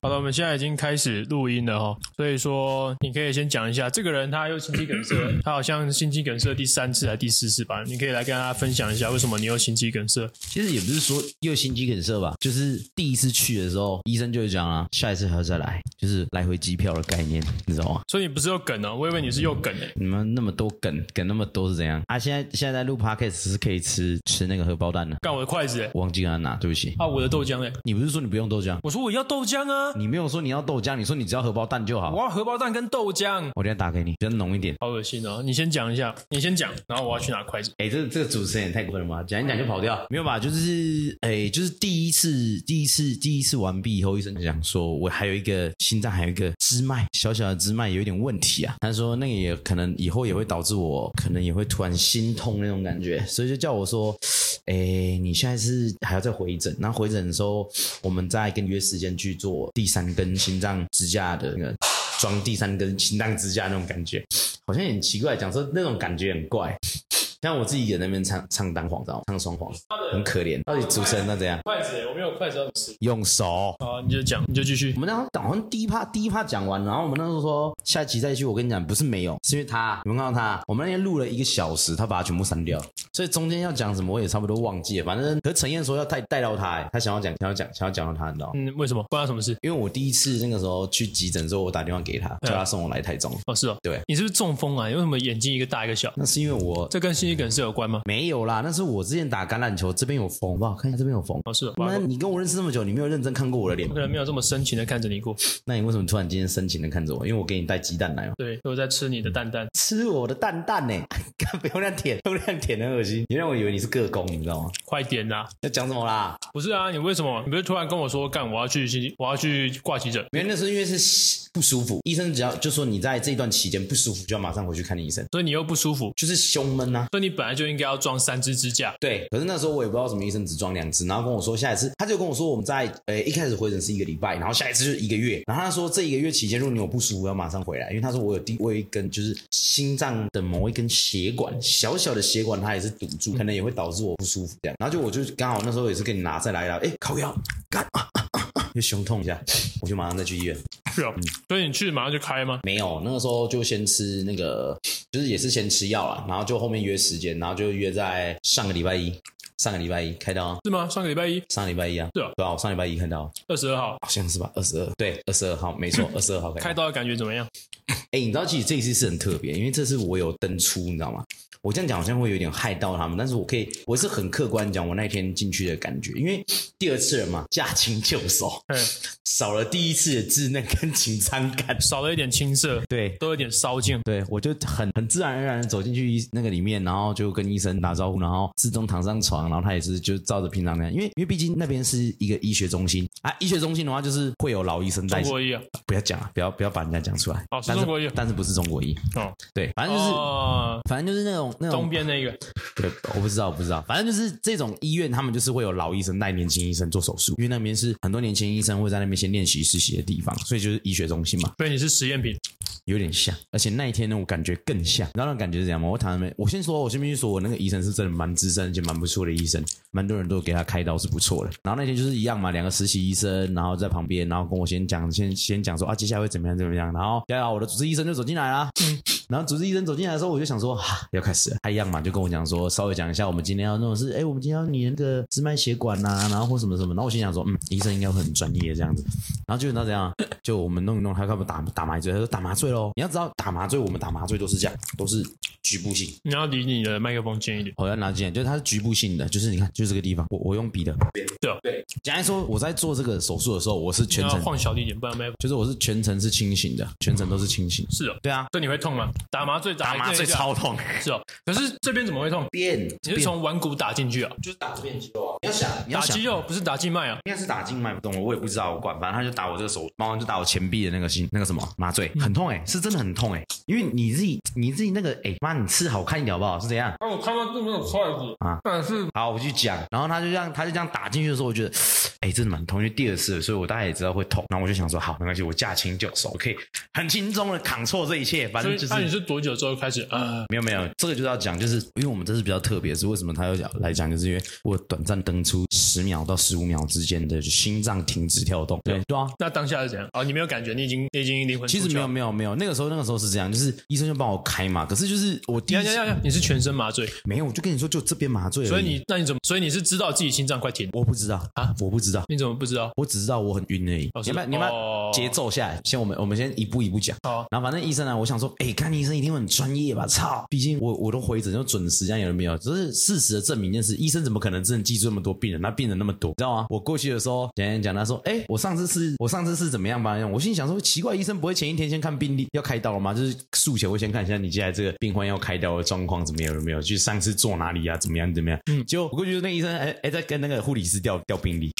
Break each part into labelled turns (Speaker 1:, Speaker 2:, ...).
Speaker 1: 好的，我们现在已经开始录音了哈，所以说你可以先讲一下，这个人他又心肌梗塞，他好像心肌梗塞第三次还是第四次吧？你可以来跟大家分享一下为什么你有心肌梗塞。
Speaker 2: 其实也不是说又心肌梗塞吧，就是第一次去的时候，医生就会讲啊，下一次还要再来，就是来回机票的概念，你知道吗？
Speaker 1: 所以你不是有梗哦，我以为你是有梗诶、
Speaker 2: 你们那么多梗梗那么多是怎样啊？现在现在在录 podcast 是可以吃吃那个荷包蛋的，
Speaker 1: 干我的筷子诶、欸
Speaker 2: 我忘记给他拿，对不起。
Speaker 1: 啊我的豆浆诶、
Speaker 2: 你不是说你不用豆浆？
Speaker 1: 我说我要豆浆啊，
Speaker 2: 你没有说你要豆浆，你说你只要荷包蛋就好。
Speaker 1: 我要荷包蛋跟豆浆，
Speaker 2: 我等一下打给你，比较浓一点。
Speaker 1: 好恶心哦！你先讲一下，你先讲，然后我要去拿筷子。
Speaker 2: 哎、这这个主持人也太过分了吧！讲一讲就跑掉，哎没有吧？就是哎、就是第一次，第一次，第一次完毕以后，医生讲说我还有一个心脏，还有一个支脉，小小的支脉有一点问题啊。他说那个也可能以后也会导致我可能也会突然心痛那种感觉，所以就叫我说。哎、你下一次还要再回诊，然后回诊的时候，我们再跟你约时间去做第三根心脏支架的那个装第三根心脏支架那种感觉，好像很奇怪，讲说那种感觉很怪。像我自己也在那边唱唱单簧，知道吗？唱双簧，很可怜。到底主持人那怎样？
Speaker 1: 筷子、欸我没有筷子要吃。
Speaker 2: 用手。
Speaker 1: 好，你就讲，你就继续
Speaker 2: 我。们那时候好像第一趴第一趴讲完，然后我们那时候说下期再去。我跟你讲，不是没有，是因为他，你们看到他，我们那天录了一个小时，他把它全部删掉，所以中间要讲什么我也差不多忘记了。反正和陈燕说要带带到他、欸他想要讲，想要讲，想要讲到他，你知道吗？
Speaker 1: 嗯，为什么？关他什么事？
Speaker 2: 因为我第一次那个时候去急诊之后，我打电话给他，叫他送我来台中。
Speaker 1: 哦，是哦，
Speaker 2: 对
Speaker 1: 你是不是中风啊？你为什么眼睛一个大一个小？
Speaker 2: 那是因为我
Speaker 1: 这跟心肌梗塞有关吗？
Speaker 2: 没有啦，那是我之前打橄榄球，这边有缝，好不好？看一下这边有缝。
Speaker 1: 哦，是哦，
Speaker 2: 妈，
Speaker 1: 我
Speaker 2: 你跟我认识这么久，你没有认真看过我的脸吗
Speaker 1: 可？能没有这么深情的看着你过。
Speaker 2: 那你为什么突然今天深情的看着我？因为我给你带鸡蛋来哦。
Speaker 1: 对，我在吃你的蛋蛋。
Speaker 2: 吃我的蛋蛋呢、 干不用那样舔，不用那样舔，很恶心。你让我以为你是个工，你知道吗？
Speaker 1: 快点啦、
Speaker 2: 要讲什么啦？
Speaker 1: 不是啊，你为什么？你不是突然跟我说干，我要去心，我要去挂急诊，
Speaker 2: 没有，那是因为是不舒服，医生只要就说你在这一段期间不舒服，就要马上回去看医生，
Speaker 1: 所以你又不舒服，
Speaker 2: 就是胸闷啊。
Speaker 1: 所以你本来就应该要装三支支架。
Speaker 2: 对，可是那时候我也不知道什么医生只装两只，然后跟我说下一次，他就跟我说我们在呃一开始回诊是一个礼拜，然后下一次就是一个月，然后他说这一个月期间如果你有不舒服要马上回来，因为他说我有第我有一根就是心脏的某一根血管小小的血管它也是堵住，可能也会导致我不舒服这样，然后就我就刚好那时候也是跟你拿再来了，哎靠腰干啊啊啊啊，就胸痛一下，我就马上再去医院。
Speaker 1: 是
Speaker 2: 嗯
Speaker 1: 哦，所以你去马上就开吗？
Speaker 2: 没有，那个时候就先吃那个，就是也是先吃药啦，然后就后面约时间，然后就约在上个礼拜一，上个礼拜一开刀啊，
Speaker 1: 是吗？上个礼拜一，
Speaker 2: 上个礼拜一啊，
Speaker 1: 是啊
Speaker 2: 对啊，我上礼拜一开刀，
Speaker 1: 二十二号
Speaker 2: 好像是吧，二十二，对，二十二号，没错，二十二号开
Speaker 1: 开
Speaker 2: 刀。
Speaker 1: 刀的感觉怎么样？
Speaker 2: 哎、你知道其实这一次是很特别，因为这次我有登出，你知道吗？我这样讲好像会有点害到他们，但是我可以，我是很客观讲我那天进去的感觉，因为第二次了嘛，驾轻就熟，
Speaker 1: 嗯，
Speaker 2: 少了第一次的稚嫩跟紧张感，
Speaker 1: 少了一点青涩，
Speaker 2: 对，
Speaker 1: 多一点骚劲。
Speaker 2: 对，我就很很自然而然的走进去医那个里面，然后就跟医生打招呼，然后自动躺上床，然后他也是就照着平常那样，因为因为毕竟那边是一个医学中心啊，医学中心的话就是会有老医生在
Speaker 1: 中，国医啊，
Speaker 2: 不要讲啊，不要不要把人家讲出来，
Speaker 1: 哦是
Speaker 2: 但
Speaker 1: 中国医
Speaker 2: 但是不是中国医，
Speaker 1: 哦，
Speaker 2: 对，反正就是、
Speaker 1: 哦，
Speaker 2: 反正就是那种那种
Speaker 1: 东边那个，
Speaker 2: 对，我不知道，我不知道，反正就是这种医院，他们就是会有老医生带年轻医生做手术，因为那边是很多年轻医生会在那边先练习实习的地方，所以就是医学中心嘛。
Speaker 1: 所以你是实验品。
Speaker 2: 有点像，而且那一天呢，我感觉更像。你知道那种感觉是怎样吗？我躺在那边，我先说，我先必须说，我那个医生是真的蛮资深，而且蛮不错的医生，蛮多人都给他开刀是不错的。然后那天就是一样嘛，两个实习医生，然后在旁边，然后跟我先讲，先先讲说啊，接下来会怎么样怎么样。然后接下来我的主治医生就走进来啦，然后主治医生走进来的时候，我就想说，哈，要开始了。他一样嘛，就跟我讲说，稍微讲一下我们今天要弄的是，哎，我们今天要你那个支脉血管呐、啊然后或什么什么。然后我心想说，嗯，医生应该会很专业这样子。然后就你知道怎样，啊 就我们弄一弄，他干嘛打打麻醉？他说打麻醉喽。你要知道，打麻醉我们打麻醉都是这样，都是局部性。
Speaker 1: 你要离你的麦克风近一点。
Speaker 2: 我要拿进来，就是它是局部性的，就是你看，就是这个地方，我我用笔的。
Speaker 1: 对哦，
Speaker 2: 对，简单说，我在做这个手术的时候，我是
Speaker 1: 你
Speaker 2: 全
Speaker 1: 要
Speaker 2: 程，
Speaker 1: 晃小一点，不然麦克风。
Speaker 2: 就是我是全程是清醒的，全程都是清醒。
Speaker 1: 是哦，
Speaker 2: 对啊，
Speaker 1: 所以你会痛吗？打麻醉打
Speaker 2: 打麻醉
Speaker 1: 超
Speaker 2: 超痛，
Speaker 1: 是哦，可是这边怎么会痛？
Speaker 2: 变
Speaker 1: 你是从腕骨打进去啊？
Speaker 2: 就是打这边肌肉啊。你要想，你要
Speaker 1: 打
Speaker 2: 想
Speaker 1: 肌。肉不是打静脉啊？
Speaker 2: 应该是打静脉不动了，我也不知道，我管，反正他就打我这个手，然后就打我前臂的那个心那个什么麻
Speaker 1: 嗯
Speaker 2: 醉，很痛哎、是真的很痛哎、因为你自己你自己那个哎、妈，你吃好看一点好不好？是怎样？
Speaker 1: 啊，我看到这边有筷子
Speaker 2: 啊，
Speaker 1: 但是
Speaker 2: 好，我去讲，然后他就这样他就这样打进去的时候，我觉得 哎、真的蛮痛，因为第二次了，所以我大概也知道会痛。然后我就想说，好，没关系，我驾轻就熟，我可以很轻松的扛错这一切，反
Speaker 1: 所
Speaker 2: 正
Speaker 1: 以
Speaker 2: 就
Speaker 1: 那你
Speaker 2: 是。
Speaker 1: 是多久之后开始啊？
Speaker 2: 没有没有，这个就是要讲，就是因为我们这次比较特别，是为什么他要讲来讲，就是因为我短暂登出十秒到十五秒之间的心脏停止跳动。对对啊，
Speaker 1: 那当下是怎样？哦，你没有感觉，你已经你已经灵魂
Speaker 2: 其实
Speaker 1: 出
Speaker 2: 没
Speaker 1: 窍
Speaker 2: 有
Speaker 1: 了。
Speaker 2: 没有没有，那个时候那个时候是这样，就是医生就帮我开嘛，可是就是我第一
Speaker 1: 呀
Speaker 2: 次
Speaker 1: 呀呀呀！你是全身麻醉，
Speaker 2: 没有，我就跟你说就这边麻醉而已，
Speaker 1: 所以你那你怎么？所以你是知道自己心脏快停，
Speaker 2: 我不知道啊，我不知道。
Speaker 1: 你怎么不知道？
Speaker 2: 我只知道我很晕而已。
Speaker 1: 哦
Speaker 2: 你
Speaker 1: 是
Speaker 2: 们你们
Speaker 1: 哦
Speaker 2: 节奏下来，先我们我们先一步一步讲。
Speaker 1: 好啊
Speaker 2: 然后反正医生呢，我想说，哎，看医生一定会很专业吧？操，毕竟我我都回诊就准时，这样有人没有？只是事实的证明一件事，医生怎么可能真的记住那么多病人？那病人那么多，你知道吗？我过去的时候，讲讲讲，他说，哎，我上次是我上次是怎么样吧？我心里想说，奇怪，医生不会前一天先看病历要开刀了吗？就是术前会先看一下你接下来这个病患要开刀的状况怎么样，有没有？去上次做哪里啊？怎么样怎么样？嗯，结果我过去就那医生，哎哎，在跟那个护理师调调病历。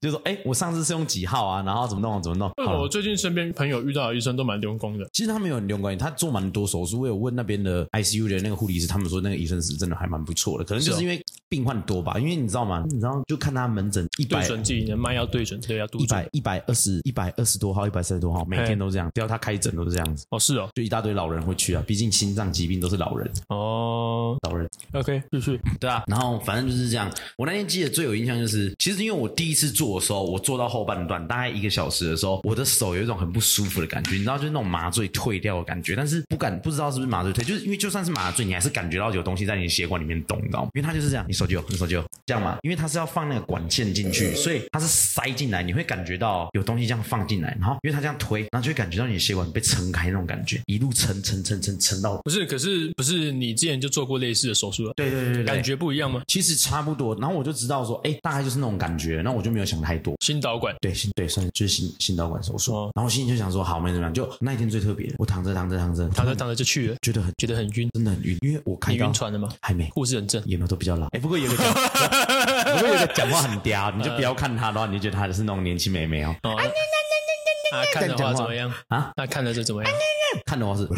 Speaker 2: 就说：“哎、我上次是用几号啊？然后怎么弄？怎么弄？”
Speaker 1: 为什
Speaker 2: 好
Speaker 1: 么
Speaker 2: 了
Speaker 1: 我最近身边朋友遇到的医生都蛮用功的？
Speaker 2: 其实他没有很用关系，他做蛮多手术。我有问那边的 ICU 的那个护理师，他们说那个医生是真的还蛮不错的，可能就是是
Speaker 1: 哦
Speaker 2: 因为病患多吧。因为你知道吗？你知道就看他门诊一
Speaker 1: 对
Speaker 2: 百
Speaker 1: 准自己的脉要对准，对要嘟
Speaker 2: 一
Speaker 1: 准。
Speaker 2: 百一百二十一百二十多号，一百三十多号，每天都这样，只要他开诊都是这样子，
Speaker 1: 哦，是哦，
Speaker 2: 就一大堆老人会去啊。毕竟心脏疾病都是老人，
Speaker 1: 哦
Speaker 2: 老人
Speaker 1: ，OK，继续。
Speaker 2: 对啊，然后反正就是这样。我那天记得最有印象就是，其实因为我第一次做的时候，我做到后半段大概一个小时的时候，我的手有一种很不舒服的感觉，你知道，就是那种麻醉退掉的感觉，但是不敢不知道是不是麻醉退，就是因为就算是麻醉，你还是感觉到有东西在你的血管里面动，你知道吗？因为它就是这样，你手就你手就这样嘛，因为它是要放那个管线进去，所以它是塞进来，你会感觉到有东西这样放进来，然后因为它这样推，然后就会感觉到你的血管被撑开那种感觉，一路撑撑撑撑撑到。
Speaker 1: 不是，可是不是你之前就做过类似的手术了？
Speaker 2: 对对对对，对
Speaker 1: 感觉不一样吗？
Speaker 2: 其实差不多。然后我就知道说，哎，大概就是那种感觉，那我就没有想太多。
Speaker 1: 心导管
Speaker 2: 对，心对，算就是心心导管手术。
Speaker 1: 哦
Speaker 2: 然后我心里就想说，好，没怎么样。就那一天最特别，我躺着躺着躺着
Speaker 1: 躺着躺着就去了，
Speaker 2: 觉得很
Speaker 1: 觉得很晕。
Speaker 2: 真的很晕，因为我
Speaker 1: 你
Speaker 2: 开刀
Speaker 1: 晕船了吗？
Speaker 2: 还没，
Speaker 1: 护士很正，
Speaker 2: 眼毛都比较老。哎，不过有个讲，不过有个讲话很嗲，你就不要看他的话，你就觉得他是那种年轻妹妹哦。
Speaker 1: 哦，啊，看的话怎么样
Speaker 2: 啊？
Speaker 1: 那看的这怎么样
Speaker 2: 看的话是，可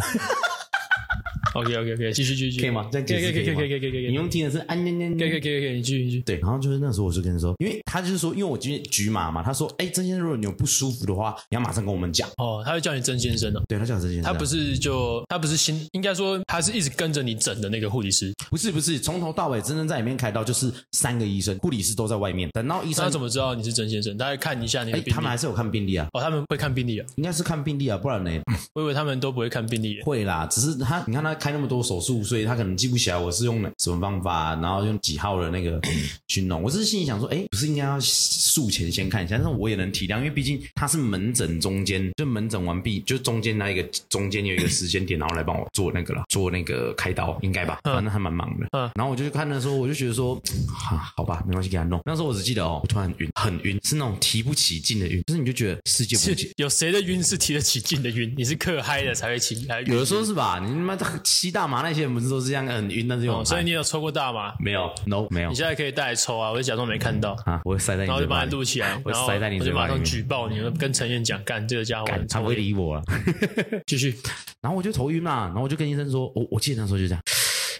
Speaker 1: ？OK OK OK，继续继续，
Speaker 2: 以吗？这样
Speaker 1: 可
Speaker 2: 解
Speaker 1: 以可
Speaker 2: 释
Speaker 1: 以可以
Speaker 2: 吗
Speaker 1: 可以可以可以可以
Speaker 2: 你用听的是安安安安
Speaker 1: 可以可以可以可以，你继续继续。
Speaker 2: 对，然后就是那时候我就跟他说，因为他就是说，因为我今天局麻嘛，他说，哎，真先生，如果你有不舒服的话，你要马上跟我们讲。
Speaker 1: 哦，他会叫你曾先生哦。
Speaker 2: 对他叫真先生，
Speaker 1: 他不是就他不是新，应该说他是一直跟着你整的那个护理师。
Speaker 2: 不是不是，从头到尾真正在里面开刀就是三个医生，护理师都在外面。等到医
Speaker 1: 那
Speaker 2: 生
Speaker 1: 他，怎么知道你是曾先生？大概看一下你
Speaker 2: 哎
Speaker 1: 的，病
Speaker 2: 他们
Speaker 1: 历。
Speaker 2: 还是有看病历啊，
Speaker 1: 哦，他们会看病历啊？
Speaker 2: 应该是看病历啊，不然呢
Speaker 1: 我以为他们都不会看病历耶。
Speaker 2: 会啦。只是他，你看他开那么多手术，所以他可能记不起来我是用什么方法，然后用几号的那个 去弄。我只是心里想说，哎，不是应该要术前先看一下？但是我也能体谅，因为毕竟他是门诊中间，就门诊完毕，就中间那一个中间有一个时间点，然后来帮我做那个了， 做那个开刀，应该吧？反正还蛮忙的。
Speaker 1: 嗯
Speaker 2: 然后我就去看的时候，我就觉得说，啊，好吧，没关系，给他弄。那时候我只记得哦，我突然很晕，很晕，是那种提不起劲的晕，就是你就觉得世界不解
Speaker 1: 是。有谁的晕是提得起劲的晕？你是克嗨的才会起来晕
Speaker 2: 有的时候是吧？你他妈的吸大麻那些人不是都是这样很晕，但是又很
Speaker 1: 哦，所以
Speaker 2: 嗨
Speaker 1: 你有抽过大麻？
Speaker 2: 没有，no，没有
Speaker 1: 你现在可以带来抽啊，我就假装没看到，
Speaker 2: 啊，我会塞在你
Speaker 1: 然后
Speaker 2: 嘴
Speaker 1: 就把
Speaker 2: 巴
Speaker 1: 它
Speaker 2: 里
Speaker 1: 录起来，
Speaker 2: 我
Speaker 1: 然后
Speaker 2: 塞在你
Speaker 1: 我
Speaker 2: 嘴
Speaker 1: 就
Speaker 2: 巴
Speaker 1: 马
Speaker 2: 里
Speaker 1: 上
Speaker 2: 面
Speaker 1: 举报你，跟陈彦讲，干这个家伙
Speaker 2: 干
Speaker 1: 很
Speaker 2: 他
Speaker 1: 抽
Speaker 2: 不会
Speaker 1: 烟，
Speaker 2: 理我了。
Speaker 1: 继续
Speaker 2: 然后我就头晕嘛，然后我就跟医生说，我我记得那时候就这样。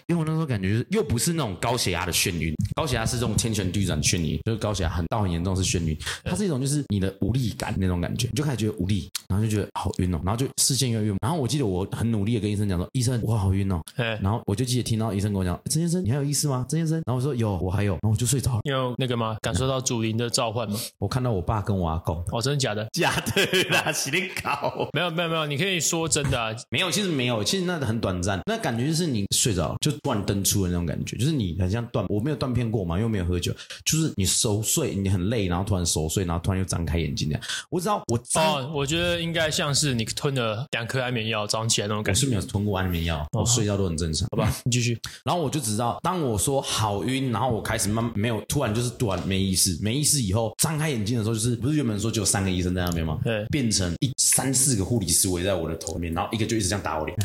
Speaker 2: 因为我那时候感觉就是又不是那种高血压的眩晕，高血压是这种天旋地转的眩晕，就是高血压很到很严重是眩晕，它是一种就是你的无力感那种感觉，你就开始觉得无力，然后就觉得好晕哦，然后就视线越来越模糊，然后我记得我很努力的跟医生讲说，医生我好晕哦，
Speaker 1: 哎，
Speaker 2: 然后我就记得听到医生跟我讲，曾先生你还有意识吗？曾先生，然后我说有，我还有，然后我就睡着了，
Speaker 1: 你有那个吗？感受到祖灵的召唤吗？
Speaker 2: 我看到我爸跟我阿公，
Speaker 1: 哦，真的假的？
Speaker 2: 假的啦，洗脸搞。
Speaker 1: 没有没有没有，你可以说真的啊，
Speaker 2: 没有，其实没有，其实那很短暂，那感觉就是你睡着了就突然登出的那种感觉，就是你很像断，我没有断片过嘛，又没有喝酒，就是你熟睡，你很累，然后突然熟睡，然后突然又张开眼睛这样。我知道我张、
Speaker 1: 哦，我觉得应该像是你吞了两颗安眠药，早上起来那种
Speaker 2: 我
Speaker 1: 感觉。
Speaker 2: 是没有吞过安眠药，我睡觉都很正常，
Speaker 1: 好？
Speaker 2: 好
Speaker 1: 吧，你继续。
Speaker 2: 然后我就知道，当我说好晕，然后我开始慢没有，突然就是突然没意识，没意识以后张开眼睛的时候，就是不是原本说只有三个医生在那边吗？
Speaker 1: 对
Speaker 2: 变成一三四个护理师围在我的头面，然后一个就一直这样打我脸，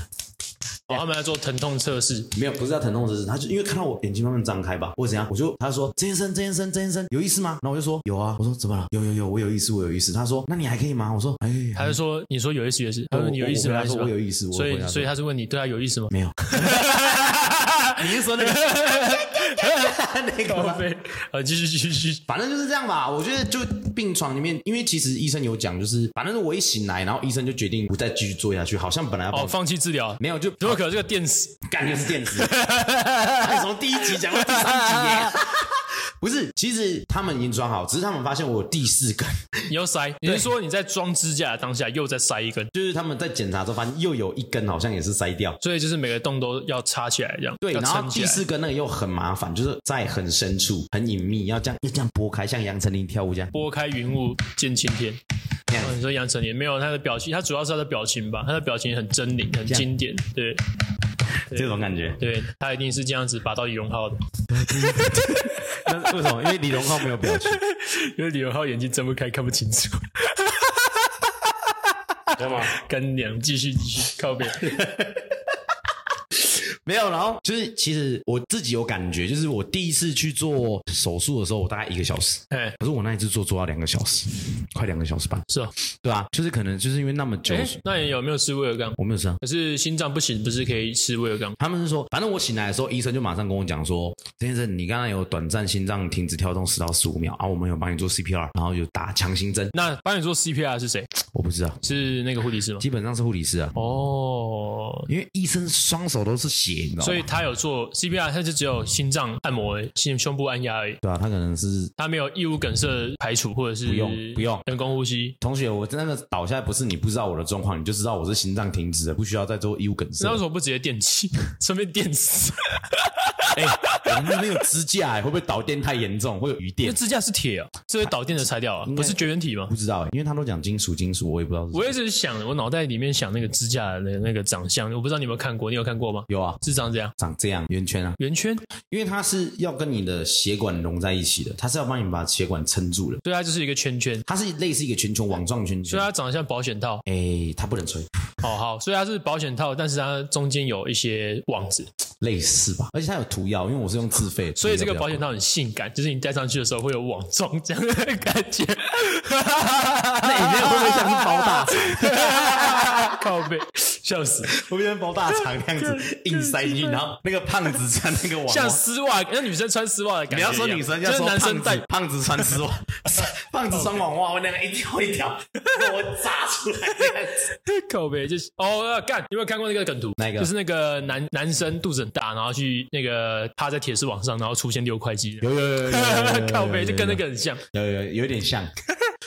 Speaker 1: 哦，他们在做疼痛测试，
Speaker 2: 没有，不是要疼痛的姿势，他就因为看到我眼睛慢慢张开吧，或者怎样，我就他说曾先生，曾先生，曾先生有意思吗？然后我就说有啊，我说怎么了？有有有，我有意思，我有意思。他说那你还可以吗？我说哎，
Speaker 1: 他就说你说有意思也是，他说你有意思
Speaker 2: 我我
Speaker 1: 吗？
Speaker 2: 回答说
Speaker 1: 是吧
Speaker 2: 我有意思我
Speaker 1: 所
Speaker 2: 回答
Speaker 1: 以
Speaker 2: 说
Speaker 1: 所以他是问你对他有意思吗？
Speaker 2: 没有。你是说那个？那个
Speaker 1: 高
Speaker 2: 吗
Speaker 1: 飞，啊，继续继续，继续
Speaker 2: 反正就是这样吧。我觉得就病床里面，因为其实医生有讲，就是反正我一醒来，然后医生就决定不再继续做下去，好像本来要帮
Speaker 1: 哦，
Speaker 2: 我、
Speaker 1: 放弃治疗，
Speaker 2: 没有就
Speaker 1: 怎么可能这个电死？
Speaker 2: 干就是电 子，哎从第一集讲到第三集耶。不是，其实他们已经装好，只是他们发现我有第四根，
Speaker 1: 你又塞？你是说你在装支架的当下又再塞一根？
Speaker 2: 就是他们在检查之后发现又有一根好像也是塞掉。
Speaker 1: 所以就是每个洞都要插起来，这样
Speaker 2: 对，
Speaker 1: 要
Speaker 2: 然后
Speaker 1: 撑起
Speaker 2: 第
Speaker 1: 来。
Speaker 2: 四根那个又很麻烦，就是在很深处、很隐秘，要这样要这样拨开，像杨丞琳跳舞这样。
Speaker 1: 拨开云雾见青 天。
Speaker 2: 这样
Speaker 1: 哦、你说杨丞琳没有他的表情，他主要是他的表情吧，他的表情很狰狞，很
Speaker 2: 样
Speaker 1: 经典。对
Speaker 2: 这种感觉。
Speaker 1: 对，他一定是这样子拔到李荣浩的，
Speaker 2: 那为什么？因为李荣浩没有表情，
Speaker 1: 因为李荣浩眼睛睁不开，看不清楚。
Speaker 2: 知道吗？
Speaker 1: 干娘，继续继续靠边。
Speaker 2: 没有，然后就是其实我自己有感觉，就是我第一次去做手术的时候，我大概一个小时，
Speaker 1: 哎，
Speaker 2: 可是我那一次做做到两个小时，快两个小时半，
Speaker 1: 是哦。
Speaker 2: 对啊，就是可能就是因为那么久，
Speaker 1: 哎，那你有没有吃威尔刚？
Speaker 2: 我没有吃啊。
Speaker 1: 可是心脏不行，不是可以吃威尔刚？
Speaker 2: 他们是说，反正我醒来的时候，医生就马上跟我讲说，先生，你刚才有短暂心脏停止跳动十到十五秒啊，我们有帮你做 CPR，然后有打强心针，
Speaker 1: 那帮你做 CPR 是谁？
Speaker 2: 我不知道，
Speaker 1: 是那个护理师吗？
Speaker 2: 基本上是护理师啊，
Speaker 1: 哦，
Speaker 2: 因为医生双手都是血，你知道吗？
Speaker 1: 所以他有做 CPR，他就只有心脏按摩而已、心胸部按压而已，
Speaker 2: 对啊，他可能是
Speaker 1: 他没有异物梗塞排除或者是
Speaker 2: 不用不用
Speaker 1: 人工呼吸。
Speaker 2: 同学，我真的倒下来不是你不知道我的状况，你就知道我是心脏停止了，不需要再做医务梗塞
Speaker 1: 那为。什么不直接电击， 顺便电 死？
Speaker 2: 哎、我们那边有支架、欸，会不会导电太严重，会有余
Speaker 1: 那
Speaker 2: 电？
Speaker 1: 支架是铁啊，这会导电的材料啊，
Speaker 2: 应该
Speaker 1: 不是绝缘体吗
Speaker 2: 不？知道、欸，因为他都讲金属，金属我也不知道是什么
Speaker 1: 我一直想，我脑袋里面想那个支架的那个长相，我不知道你有没有看过，你有看过吗？
Speaker 2: 有啊，
Speaker 1: 是长这样，
Speaker 2: 长这样圆圈啊，
Speaker 1: 圆圈，
Speaker 2: 因为它是要跟你的血管融在一起的，它是要帮你把血管撑住的，
Speaker 1: 对，它就是一个圈圈，
Speaker 2: 它是类似一个全球网状圈
Speaker 1: 所
Speaker 2: 圈
Speaker 1: 以。它长得像保险套。
Speaker 2: 哎、它不能吹，
Speaker 1: 哦，好，所以它是保险套，但是它中间有一些网子，
Speaker 2: 类似吧？而且它有涂药，因为我是用自费，
Speaker 1: 所以这个
Speaker 2: 涂药
Speaker 1: 保险套很性感，就是你戴上去的时候会有网状这样的感觉。那
Speaker 2: 你 那个会不会像是包大肠？
Speaker 1: 靠背，笑死！
Speaker 2: 我变成包大肠 那样子硬塞进去，然后那个胖子穿那个网
Speaker 1: 像丝袜，那女生穿丝袜的感觉一样。
Speaker 2: 你要说女生，
Speaker 1: 就
Speaker 2: 要
Speaker 1: 是
Speaker 2: 说
Speaker 1: 男生
Speaker 2: 胖
Speaker 1: 戴
Speaker 2: 子，胖子穿丝袜，胖子穿网袜，我那个一条一条，我炸出来这样子。
Speaker 1: 靠背，就是哦要干，有没有看过那个梗图？
Speaker 2: 哪一个
Speaker 1: 就是那个男男生肚子很大，然后去那个趴在铁丝网上，然后出现六块肌的。
Speaker 2: 有有有有
Speaker 1: 靠背就跟那个很像。
Speaker 2: 有有有有点像。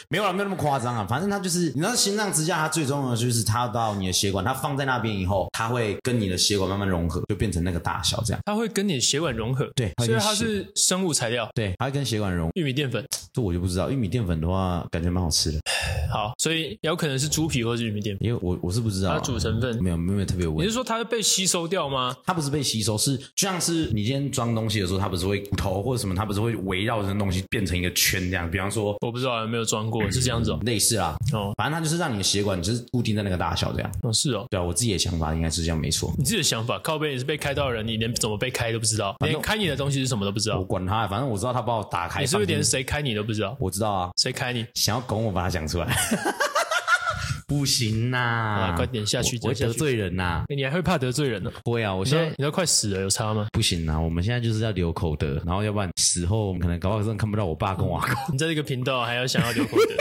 Speaker 2: 没有啦，没有那么夸张啊。反正它就是，你知道心脏支架，它最重要的就是它到你的血管，它放在那边以后，它会跟你的血管慢慢融合，就变成那个大小这样。
Speaker 1: 它会跟你血管融合，
Speaker 2: 对它会
Speaker 1: 所以
Speaker 2: 跟
Speaker 1: 它
Speaker 2: 血
Speaker 1: 是生物材料，
Speaker 2: 对，它会跟血管融，
Speaker 1: 玉米淀粉。
Speaker 2: 这我就不知道。玉米淀粉的话，感觉蛮好吃的，
Speaker 1: 好，所以有可能是猪皮或是玉米淀粉。
Speaker 2: 因为我我是不知道啊
Speaker 1: 它主成分
Speaker 2: 没有没有没有特别有
Speaker 1: 你
Speaker 2: 问
Speaker 1: 是。说它会被吸收掉吗？
Speaker 2: 它不是被吸收，是就像是你今天装东西的时候，它不是会骨头或者什么，它不是会围绕着那东西变成一个圈这样。比方说
Speaker 1: 我不知道有没有装过，是这样子哦。
Speaker 2: 类似啦，
Speaker 1: 哦
Speaker 2: 反正它就是让你的血管就是固定在那个大小这样。
Speaker 1: 哦，是哦。
Speaker 2: 对啊，我自己的想法应该是这样，没错。啊
Speaker 1: 你自己的想法，靠背你是被开到的人，你连怎么被开都不知道，连开你的东西是什么都不知
Speaker 2: 我
Speaker 1: 道。
Speaker 2: 管它，反正我知道它把我打开。
Speaker 1: 你是不是
Speaker 2: 放进
Speaker 1: 连谁开你都不知道？
Speaker 2: 我知道啊，
Speaker 1: 谁开你？哎
Speaker 2: 想要拱我把它讲出来， 不行呐、
Speaker 1: 啊快点下去
Speaker 2: 我我会
Speaker 1: 下去
Speaker 2: 得罪人呐、
Speaker 1: 欸你还会怕得罪人呢？
Speaker 2: 会啊，我
Speaker 1: 你
Speaker 2: 现
Speaker 1: 都
Speaker 2: 在
Speaker 1: 你。都快死了，有差吗？
Speaker 2: 不行啊！我们现在就是要留口德，然后要不然死后我们可能搞不好真的看不到我爸跟我阿公。
Speaker 1: 你在这个频道还要想要留口德？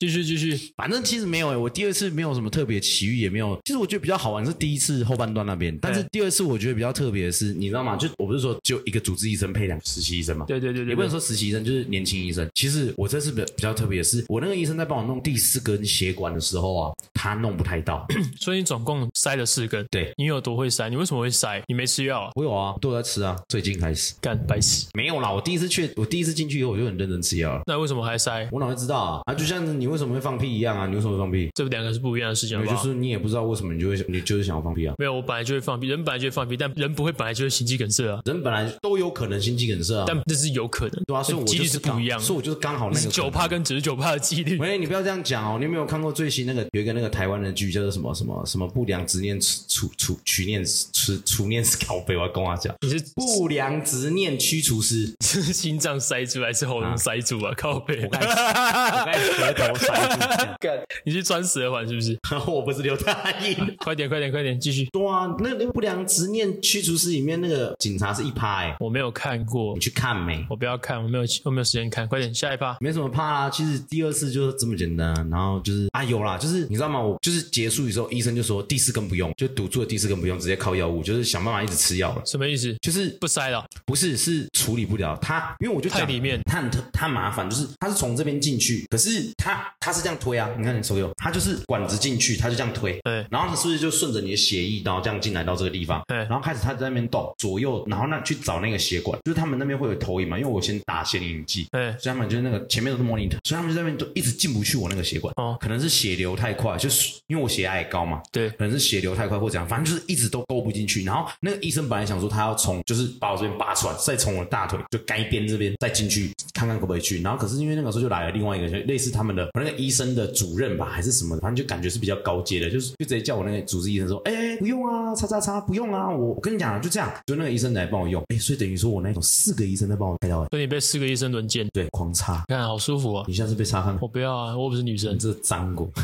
Speaker 1: 继续继续，
Speaker 2: 反正其实没有、欸，我第二次没有什么特别奇遇，也没有。其实我觉得比较好玩是第一次后半段那边，但是第二次我觉得比较特别的是，你知道吗？就我不是说只有一个主治医生配两个实习医生嘛？
Speaker 1: 对对对
Speaker 2: 也
Speaker 1: 对
Speaker 2: 不能
Speaker 1: 对，
Speaker 2: 说实习医生，就是年轻医生。其实我这次比比较特别的是，我那个医生在帮我弄第四根血管的时候啊，他弄不太 到。
Speaker 1: 所以你总共塞了四根。
Speaker 2: 对，
Speaker 1: 你有多会塞？你为什么会塞？你没吃药啊？
Speaker 2: 我有啊，都有在吃啊，最近开始
Speaker 1: 干白痴！
Speaker 2: 没有啦。我第一次去，我第一次进去以后我就很认真吃药了。
Speaker 1: 那为什么还塞？
Speaker 2: 我哪会知道啊？啊，就像你为什么会放屁一样啊？你为什么会放屁？
Speaker 1: 这两个是不一样的事情，好
Speaker 2: 也
Speaker 1: 不
Speaker 2: 就
Speaker 1: 好？
Speaker 2: 是你也不知道为什么你就会你就是想要放屁啊。
Speaker 1: 没有，我本来就会放屁，人本来就会放屁，但人不会本来就会心肌梗塞啊，
Speaker 2: 人本来都有可能心肌梗塞啊，
Speaker 1: 但这是有可能，
Speaker 2: 对啊，所以我
Speaker 1: 几率
Speaker 2: 就是刚
Speaker 1: 不一样的，
Speaker 2: 所以我就是刚好那个
Speaker 1: 九
Speaker 2: 可能
Speaker 1: 趴跟九十九趴的几率。
Speaker 2: 喂，你不要这样讲哦！你有没有看过最新那个有一个那个台湾的剧叫做什么什么什么不良执念除除除取念除除念师拷贝？我要跟我讲，
Speaker 1: 你是
Speaker 2: 不良执念驱除师
Speaker 1: 。是心脏塞住还是喉咙塞住啊？靠背
Speaker 2: 我，该我该舌头塞
Speaker 1: 干， 你是穿死耳环是不是？
Speaker 2: 住， 我不是刘大英。
Speaker 1: 快点，快点，快点，继续。
Speaker 2: 对啊，那那个不良执念驱除师里面那个警察是一趴哎、
Speaker 1: 我没有看过
Speaker 2: 你，去看没？
Speaker 1: 我不要看，我没有，我没有时间看。快点，下一趴。
Speaker 2: 没什么怕啊，其实第二次就是这么简单。然后就是啊，有啦，就是你知道吗？我就是结束的时候，医生就说第四根不用，就堵住的第四根不用，直接靠药物，就是想办法一直吃药了。
Speaker 1: 什么意思？
Speaker 2: 就是
Speaker 1: 不塞了？
Speaker 2: 不是是处理不了他，因为我就讲
Speaker 1: 太里面
Speaker 2: 他很特他很麻烦，就是他是从这边进去，可是他他是这样推啊，你看你手有，他就是管子进去，他就这样推，
Speaker 1: 对
Speaker 2: 然后你是不是就顺着你的血液，然后这样进来到这个地方，
Speaker 1: 对
Speaker 2: 然后开始他在那边动左右，然后那去找那个血管，就是他们那边会有投影嘛，因为我先打显影剂，
Speaker 1: 哎，
Speaker 2: 所以他们就是那个前面都是 monitor，所以他们就在那边都一直进不去我那个血管，
Speaker 1: 哦
Speaker 2: 可能是血流太快，就是因为我血压也高嘛，
Speaker 1: 对，
Speaker 2: 可能是血流太快或怎样，反正就是一直都勾不进去。然后那个医生本来想说他要从就是把我这边拔出来，再从我的大腿就该边这边再进去看看可不可以去。然后可是因为那个时候就来了另外一个就类似他们的那个医生的主任吧还是什么的，反正就感觉是比较高阶的，就是就直接叫我那个主治医生说，哎、不用啊，叉叉叉不用啊，我我跟你讲啊，就这样，就那个医生来帮我用。哎、所以等于说我那种四个医生在帮我开刀、哎
Speaker 1: 所以你被四个医生轮奸，
Speaker 2: 对，狂插。
Speaker 1: 看好舒服啊！
Speaker 2: 你下次被插看看，
Speaker 1: 我不要啊，我不是女生
Speaker 2: 你。这脏过。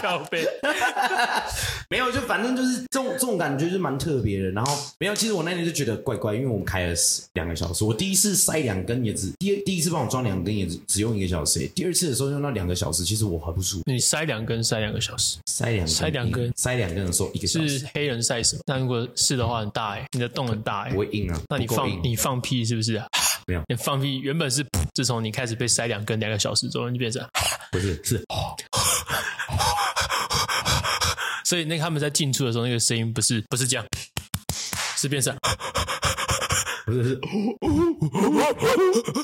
Speaker 1: 靠背，
Speaker 2: 没有，就反正就是这种这种感觉就是蛮特别的。然后没有，其实我那天就觉得怪怪，因为我们开了十两个小时，我第一次塞两根也只第第一次帮我装两根也只只用一个小时欸，第二次的时候用到两个小时，其实我很不舒服。
Speaker 1: 你塞两根塞两个小时，
Speaker 2: 塞两根
Speaker 1: 塞两根
Speaker 2: 塞两根的时候一个小时
Speaker 1: 是黑人塞什么？那如果是的话，很大哎、你的洞很大哎、
Speaker 2: 不会硬啊，
Speaker 1: 那你
Speaker 2: 不够
Speaker 1: 放
Speaker 2: 硬
Speaker 1: 你放屁是不是、啊？
Speaker 2: 没有
Speaker 1: 你放屁原本是，自从你开始被塞两根两个小时之后，你就变成，啊
Speaker 2: 不是是
Speaker 1: 所以那个他们在进出的时候，那个声音不是不是这样，是变成，啊
Speaker 2: 不是是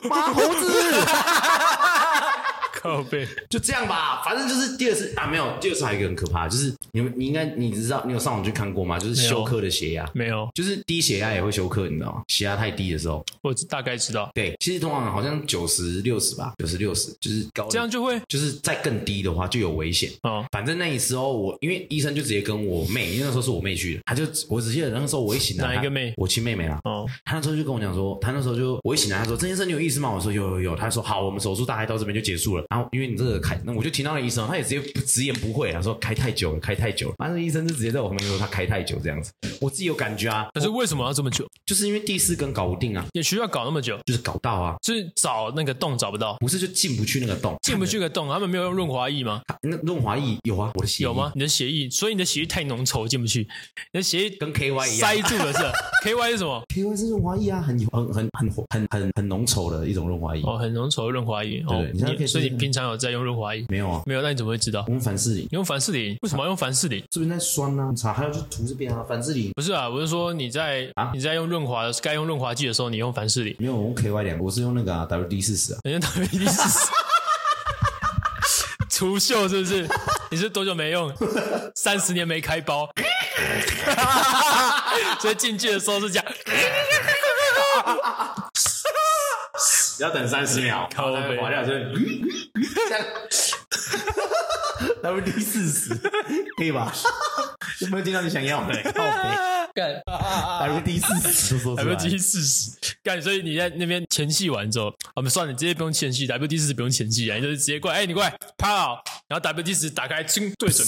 Speaker 2: 马猴子。
Speaker 1: 靠背，
Speaker 2: 就这样吧，反正就是第二次啊，没有第二次还有一个很可怕，就是你们你应该你知道你有上网去看过吗？就是
Speaker 1: 没有
Speaker 2: 休克的血压，
Speaker 1: 没有，
Speaker 2: 就是低血压也会休克，你知道吗？血压太低的时候，
Speaker 1: 我大概知道，
Speaker 2: 对，其实通常好像九十六十吧，九十六十就是高的，
Speaker 1: 这样就会
Speaker 2: 就是再更低的话就有危险。
Speaker 1: 哦，
Speaker 2: 反正那时候我因为医生就直接跟我妹，因为那时候是我妹去的，她就我只记得那时候我一醒来，
Speaker 1: 哪一个妹
Speaker 2: 她我亲妹妹啦。
Speaker 1: 哦，
Speaker 2: 她那时候就跟我讲说，她那时候就我一醒来，她说：“郑先生，你有意思吗？”我说：“有有有。”她说：“好，我们手术大概到这边就结束了。”然后因为你这个开，那我就听到那医生，他也直接不直言不讳，他说：“开太久了，开太久了。”反正医生就直接在我旁边说：“他开太久这样子。”我自己有感觉啊，
Speaker 1: 可是为什么要这么久？
Speaker 2: 就是因为第四根搞不定啊，
Speaker 1: 也需要搞那么久，
Speaker 2: 就是搞到啊，
Speaker 1: 就是找那个洞找不到，
Speaker 2: 不是就进不去那个洞，
Speaker 1: 进不去个洞，他们没有用润滑液吗？
Speaker 2: 那润滑液有啊，我的血液
Speaker 1: 有吗？？你的血液，所以你的血液太浓稠进不去，你的血液
Speaker 2: 跟 KY 一样
Speaker 1: 塞住了 是吧？KY 是什么？
Speaker 2: ，KY 是润滑液啊，很很很很很很很浓稠的一种润滑液。
Speaker 1: 哦，很浓稠的润滑液哦
Speaker 2: 对你现在可以，
Speaker 1: 所以你
Speaker 2: 试试
Speaker 1: 平常有在用润滑液？
Speaker 2: 没有啊，
Speaker 1: 没有，那你怎么会知道？
Speaker 2: 我们凡士林
Speaker 1: 你用凡士林，为什么要用凡士林？
Speaker 2: 这边在酸啊，擦，还有就涂这边啊，凡士林
Speaker 1: 不是啊，我是说你在
Speaker 2: 啊
Speaker 1: 你在用润滑的该用润滑剂的时候，你用凡士林，
Speaker 2: 没有，我用 KY 两个，我是用那个啊 WD 四十啊，
Speaker 1: 人家到底是 除锈是不是？你是多久没用？三十年没开 包， 所以进去的时候是这样。
Speaker 2: 要等三十秒，
Speaker 1: 靠背
Speaker 2: 然后 再掉，就这样 WD 四十可以吧？有没有听到你想要的？
Speaker 1: 干，啊
Speaker 2: WD 四十 说出来
Speaker 1: WD 四十，干，所以你在那边前戏完之后，我们算了，你直接不用前戏，WD 四十不用前戏啊，你就是直接过来，哎、你过来趴好，然后 WD 四十打开，轻对准，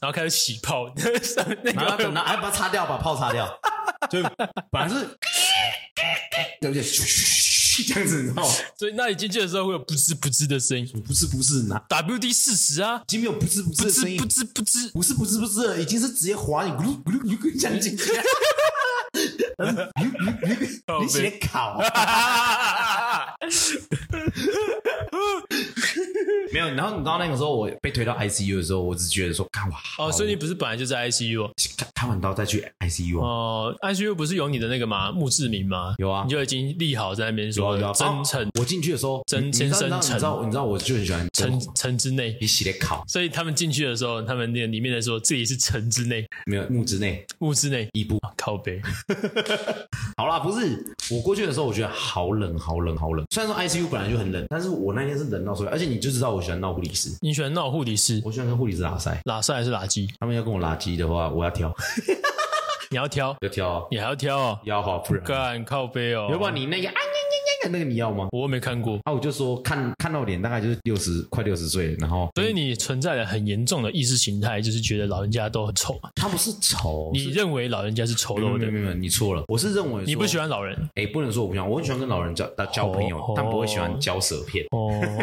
Speaker 1: 然后开始起泡， 上面那
Speaker 2: 然后
Speaker 1: 个
Speaker 2: 等到哎，把它擦掉，把泡擦掉， 就本来是，对不对？这样子，你知道吗？
Speaker 1: 所以那你进去的时候会有不吱不吱的声音
Speaker 2: 不是不是，拿
Speaker 1: ，WD 四十啊
Speaker 2: 已，经没有不是不是
Speaker 1: 不
Speaker 2: 的声
Speaker 1: 吱
Speaker 2: 音
Speaker 1: 不，吱不吱，
Speaker 2: 不是不是不是了，已经是直接滑你咕噜咕噜咕噜咕噜这样进去，
Speaker 1: 哦
Speaker 2: 你写考没有？然后你知道那个时候我被推到 ICU 的时候，我只觉得说，看哇，
Speaker 1: 哦，所以你不是本来就在 ICU 哦
Speaker 2: 看看完刀再去 ICU 啊，
Speaker 1: 哦、i c u 不是有你的那个吗？墓志铭吗？
Speaker 2: 有啊
Speaker 1: 你就已经立好在那边
Speaker 2: 有
Speaker 1: 说
Speaker 2: 啊有啊
Speaker 1: 真诚
Speaker 2: 哦我进去的时候，
Speaker 1: 真
Speaker 2: 你你知道
Speaker 1: 先生
Speaker 2: 你知道你知道我就很喜欢
Speaker 1: 城
Speaker 2: 真
Speaker 1: 城之内。
Speaker 2: 你写的考
Speaker 1: 所以他们进去的时候，他们那个里面的说自己是城之内、
Speaker 2: 没有木之内
Speaker 1: 木之内、
Speaker 2: 一步。
Speaker 1: 靠背。
Speaker 2: 好啦，不是我过去的时候，我觉得好冷，好冷，好冷。虽然说 ICU 本来就很冷，但是我那天是冷到出来，而且你就知道我喜欢闹护理师，
Speaker 1: 你喜欢闹护理师，
Speaker 2: 我喜欢跟护理师拉塞。
Speaker 1: 拉塞还是拉鸡？
Speaker 2: 他们要跟我拉鸡的话，我要挑，
Speaker 1: 你要挑，
Speaker 2: 要挑哦，
Speaker 1: 你还要挑哦，
Speaker 2: 要好不然，
Speaker 1: 干靠背哦。
Speaker 2: 要不然你那个啊呀呀呀那个你要吗？
Speaker 1: 我没看过，
Speaker 2: 啊，我就说看看到脸大概就是六十快六十岁，然后
Speaker 1: 所以你存在了很严重的意识形态，就是觉得老人家都很丑。
Speaker 2: 他不是丑，
Speaker 1: 你认为老人家是丑
Speaker 2: 没有
Speaker 1: 陋
Speaker 2: 没
Speaker 1: 的，
Speaker 2: 有没有，你错了，我是认为
Speaker 1: 你不喜欢
Speaker 2: 欢。
Speaker 1: 老人
Speaker 2: 哎、不能说我不喜欢，我很喜欢跟老人交交朋友，
Speaker 1: 哦
Speaker 2: 但不会喜欢交舌片。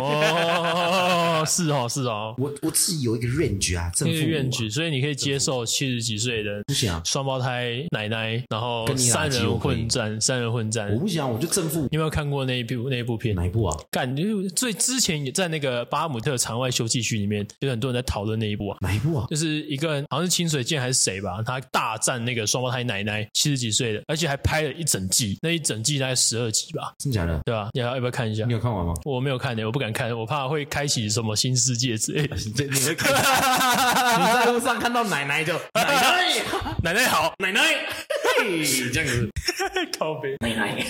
Speaker 1: 哦，是哦是 哦，
Speaker 2: 我我自己有一个 range 啊，正
Speaker 1: 那
Speaker 2: 负
Speaker 1: 个
Speaker 2: 五啊
Speaker 1: 愿举，所以你可以接受七十几岁的
Speaker 2: 不行啊，
Speaker 1: 双胞胎奶奶，然后
Speaker 2: 跟你
Speaker 1: 三
Speaker 2: 垃圾
Speaker 1: 人
Speaker 2: 我可以
Speaker 1: 混战，三人混战。
Speaker 2: 我
Speaker 1: 你
Speaker 2: 不想，我就正负
Speaker 1: 有没有看过那一部那一部片？
Speaker 2: 哪一部啊？
Speaker 1: 干，就是最之前也在那个巴姆特场外休憩区里面，有很多人在讨论那一部啊。
Speaker 2: 哪一部啊？
Speaker 1: 就是一个人好像是清水健还是谁吧，他大战那个双胞胎奶奶，七十几岁的，而且还拍了一整季，那一整季大概十二集吧，
Speaker 2: 真假的？
Speaker 1: 对吧、你要要不要看一下
Speaker 2: 你？有看完 吗？
Speaker 1: 我没有看的、欸我不敢看，我怕会开启什么新世界之 类的。
Speaker 2: 你你会看？你在路上看到奶奶就奶奶
Speaker 1: 奶奶好，
Speaker 2: 奶奶，嘿， 这样子
Speaker 1: 靠背，
Speaker 2: 奶奶。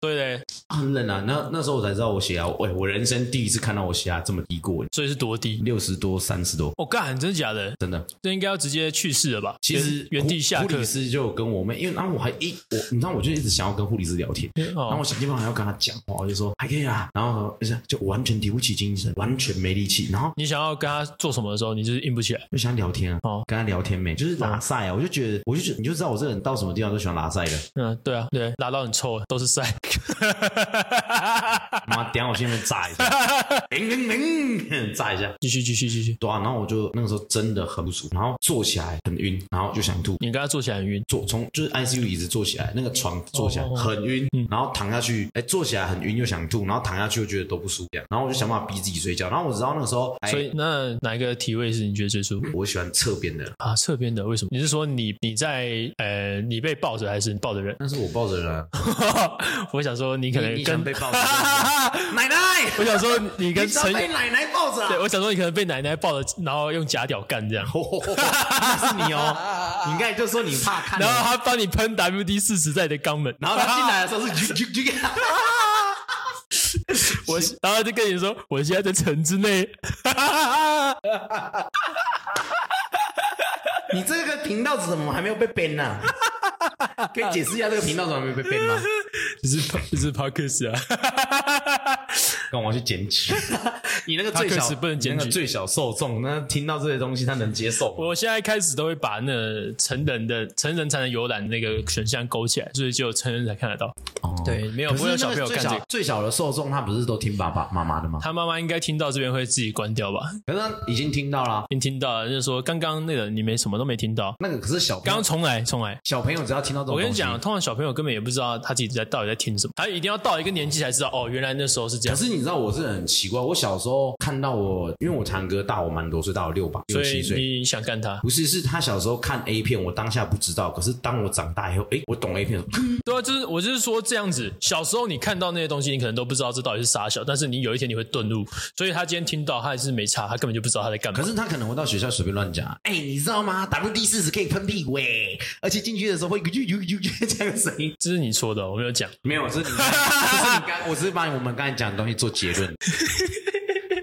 Speaker 1: 对对，
Speaker 2: 啊很冷啊！那那时候我才知道我血压，喂、我人生第一次看到我血压这么低过，
Speaker 1: 所以是多低？
Speaker 2: 六十多、三十多，
Speaker 1: 我、干，真的假的？
Speaker 2: 真的。
Speaker 1: 这应该要直接去世了吧？
Speaker 2: 其实
Speaker 1: 原原地下
Speaker 2: 护
Speaker 1: 课
Speaker 2: 理。师就有跟我妹，因为然后我还一我，你知道我就一直想要跟护理师聊天，然后
Speaker 1: 哦
Speaker 2: 我想尽办法要跟他讲话，我就说还可以啊，然后就是就完全提不起精神，完全没力气，然后
Speaker 1: 你想要跟他做什么的时候，你就是硬不起来。
Speaker 2: 就想聊天啊，
Speaker 1: 哦
Speaker 2: 跟他聊天没，就是拉塞啊，我就觉得我就觉得你就知道我这个人到什么地方都喜欢拉塞的，
Speaker 1: 嗯，对啊，对，拉到很臭，都是塞。
Speaker 2: 妈，等一下我先被炸一下， 零零零，炸一下。
Speaker 1: 继续，继续，继续。
Speaker 2: 对啊，然后我就那个时候真的很不舒服，然后坐起来很晕，然后就想吐，
Speaker 1: 你跟他坐起来很晕，
Speaker 2: 坐从就是 ICU 椅子坐起来，那个床坐起来
Speaker 1: 哦哦哦
Speaker 2: 很晕，然后躺下去，哎，坐起来很晕又想吐，然后躺下去又觉得都不舒服，这样然后我就想办法逼自己睡觉，然后我知道那个时候，哎
Speaker 1: 所，以那哪一个体位是你觉得最舒服
Speaker 2: 我喜欢侧边的，
Speaker 1: 啊？侧边的为什么？你是说你你在呃你被抱着还是你抱着人？
Speaker 2: 但是我抱着人啊，
Speaker 1: 我想说你可能
Speaker 2: 你你
Speaker 1: 跟
Speaker 2: 想被抱着人奶奶，
Speaker 1: 我想说你
Speaker 2: 你
Speaker 1: 跟
Speaker 2: 只要
Speaker 1: 陈
Speaker 2: 被奶奶抱着啊
Speaker 1: 对，我想说你可能被奶奶抱着，然后用假屌干这样，
Speaker 2: 哦那是你哦，你刚才就说你怕 看，
Speaker 1: 然后他帮你喷 WD 四十在你的肛门，
Speaker 2: 然后他进来的时候是啾啾啾啾。
Speaker 1: 我然后就跟你说，我现在在城之内，
Speaker 2: 你这个频道怎么还没有被 ban 呢、可以解释一下这个频道怎么还没被 ban 吗？
Speaker 1: 就是 就是 Parkers 啊，
Speaker 2: 跟我去检举。 你那个
Speaker 1: 他
Speaker 2: 最
Speaker 1: 确
Speaker 2: 小
Speaker 1: 实不能检举
Speaker 2: 你那个最小受众，那听到这些东西他能接受吗？
Speaker 1: 我现在开始都会把那成人的成人才能游览那个选项勾起来，所以只有成人才看得到。
Speaker 2: 哦
Speaker 1: 对没有
Speaker 2: 可是
Speaker 1: 不会有
Speaker 2: 那
Speaker 1: 小
Speaker 2: 个
Speaker 1: 朋友
Speaker 2: 最
Speaker 1: 干
Speaker 2: 小
Speaker 1: 这个
Speaker 2: 最小的受众，他不是都听爸爸妈妈的吗？
Speaker 1: 他妈妈应该听到这边会自己关掉吧？
Speaker 2: 可是他已经听到了，
Speaker 1: 已经听到了，就是说刚刚那个你没什么都没听到，
Speaker 2: 那个可是小朋
Speaker 1: 刚
Speaker 2: 友
Speaker 1: 刚重来重来。
Speaker 2: 小朋友只要听到这种，
Speaker 1: 我跟你讲，。通常小朋友根本也不知道他自己在到底在听什么，他一定要到一个年纪才知道哦，原来那时候是这
Speaker 2: 可
Speaker 1: 样。
Speaker 2: 是你知道我是很奇怪，我小时候看到我，因为我堂哥大我蛮多岁，大我六吧六
Speaker 1: 所
Speaker 2: 七
Speaker 1: 以
Speaker 2: 岁，
Speaker 1: 你想干他？
Speaker 2: 不是是他小时候看 A 片，我当下不知道，可是当我长大以后，哎，我懂 A 片了，
Speaker 1: 对啊，就是我就是说这样子。小时候你看到那些东西，你可能都不知道这到底是傻小，但是你有一天你会顿悟。所以他今天听到，他还是没差，他根本就不知道他在干嘛
Speaker 2: 可。是他可能会到学校随便乱讲，哎、你知道吗？WD 四十可以喷屁股、欸，而且进去的时候会啾 啾啾啾这样的声音。
Speaker 1: 这是你说的哦，我没有讲。
Speaker 2: 没有， 这是你，这是你刚，我只是把我们刚才讲的东西做结论。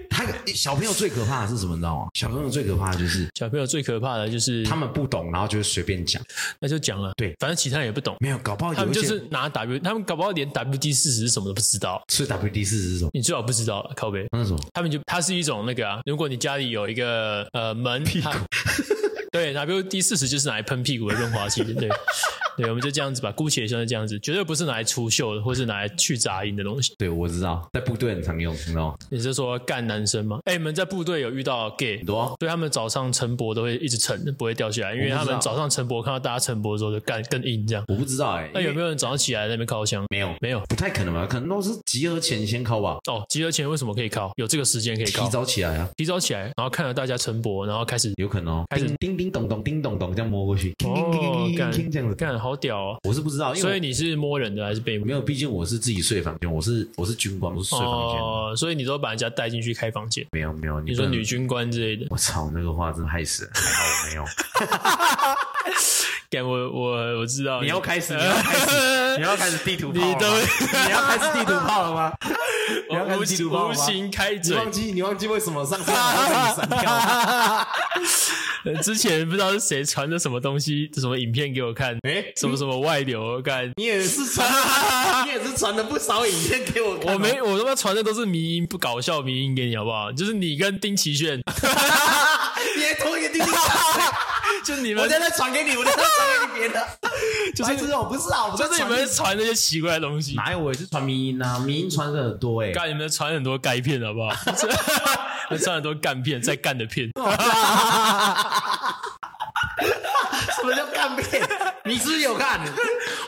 Speaker 2: 他小朋友最可怕的是什么？你知道吗？小朋友最可怕的就是
Speaker 1: 小朋友最可怕的就是
Speaker 2: 他们不懂，然后就会随便讲。
Speaker 1: 那就讲了，
Speaker 2: 对
Speaker 1: 反正其他人也不懂，
Speaker 2: 没有，搞不好
Speaker 1: 他
Speaker 2: 有
Speaker 1: 们
Speaker 2: 一
Speaker 1: 就
Speaker 2: 些
Speaker 1: 是拿 W，他们搞不好连 WD 四十是什么都不知道，
Speaker 2: 是 WD 四十是什么？
Speaker 1: 你最好不知道靠背。
Speaker 2: 那是什么？
Speaker 1: 他们就它是一种那个啊，如果你家里有一个呃门，它 对 WD 四十就是拿来喷屁股的润滑剂，对。对，我们就这样子吧，姑且算是这样子，绝对不是拿来除锈的，或是拿来去杂音的东西。
Speaker 2: 对，我知道，在部队很常用，你知道吗？
Speaker 1: 你是说干男生吗？哎，你们在部队有遇到 gay？哦
Speaker 2: 很多啊、
Speaker 1: 对他们早上晨勃都会一直晨，不会掉下来，因为
Speaker 2: 我不
Speaker 1: 他
Speaker 2: 知道
Speaker 1: 们早上晨勃看到大家晨勃的时候就干更硬这样。
Speaker 2: 我不知道哎、欸，
Speaker 1: 那有没
Speaker 2: 有？
Speaker 1: 有人早上起来在那边靠枪？
Speaker 2: 没有，
Speaker 1: 没有
Speaker 2: 不太可能吧？可能都是集合前先敲吧，
Speaker 1: 哦，集合前为什么可以靠？有这个时间可以
Speaker 2: 提
Speaker 1: 靠，
Speaker 2: 早起来啊，
Speaker 1: 提早起来，然后看着大家晨勃，然后开始
Speaker 2: 有可能哦。
Speaker 1: 开始
Speaker 2: 叮叮叮咚咚，叮咚咚这样摸过去，叮叮叮
Speaker 1: 哦
Speaker 2: 叮，叮
Speaker 1: 干
Speaker 2: 叮这样子。
Speaker 1: 干好屌哦！
Speaker 2: 我是不知道，因
Speaker 1: 所以
Speaker 2: 为
Speaker 1: 你是摸人的还是被
Speaker 2: 我
Speaker 1: 摸？
Speaker 2: 没有，毕竟我是自己睡房间，我是我是军官，我是睡房间。
Speaker 1: 哦，所以你都把人家带进去开房间。
Speaker 2: 没有没有，
Speaker 1: 你
Speaker 2: 你
Speaker 1: 说
Speaker 2: 不能
Speaker 1: 女，军官之类的，
Speaker 2: 我操，那个话真的 害死了，还好我没有。
Speaker 1: 干我我我知道
Speaker 2: 你要开始，你要开始， 你要开始地图炮了
Speaker 1: 你
Speaker 2: 吗
Speaker 1: 都
Speaker 2: 你要开始地图炮了吗？ 你要开
Speaker 1: 无
Speaker 2: 始地
Speaker 1: 形
Speaker 2: 图炮
Speaker 1: 无
Speaker 2: 了吗？
Speaker 1: 形开
Speaker 2: 你
Speaker 1: 嘴，
Speaker 2: 啊忘记你忘记为什么上次我们会被你删掉？
Speaker 1: 之前不知道是谁传的什么东西，什么影片给我 看，
Speaker 2: 哎
Speaker 1: 什么什么外流， 干
Speaker 2: 你也是传， 你也是传了不少影片给我看哦
Speaker 1: 我没，我他妈传的都是迷音，不搞笑迷音给你好不好？就是你跟丁奇炫，
Speaker 2: 你还同一个弟弟讲，
Speaker 1: 就是 你
Speaker 2: 我
Speaker 1: 们，
Speaker 2: 在那传给你，我在那传给你别的，
Speaker 1: 就是
Speaker 2: 白痴哦，不是啊，我在
Speaker 1: 就是你
Speaker 2: 传
Speaker 1: 们传那些奇怪的东西，
Speaker 2: 哪有？我也是传迷音啊，迷音传的 很多哎、
Speaker 1: 干你们传很多该片好不好？ 传很多干片，在干的片，
Speaker 2: 什么叫看 片？你是不是有看？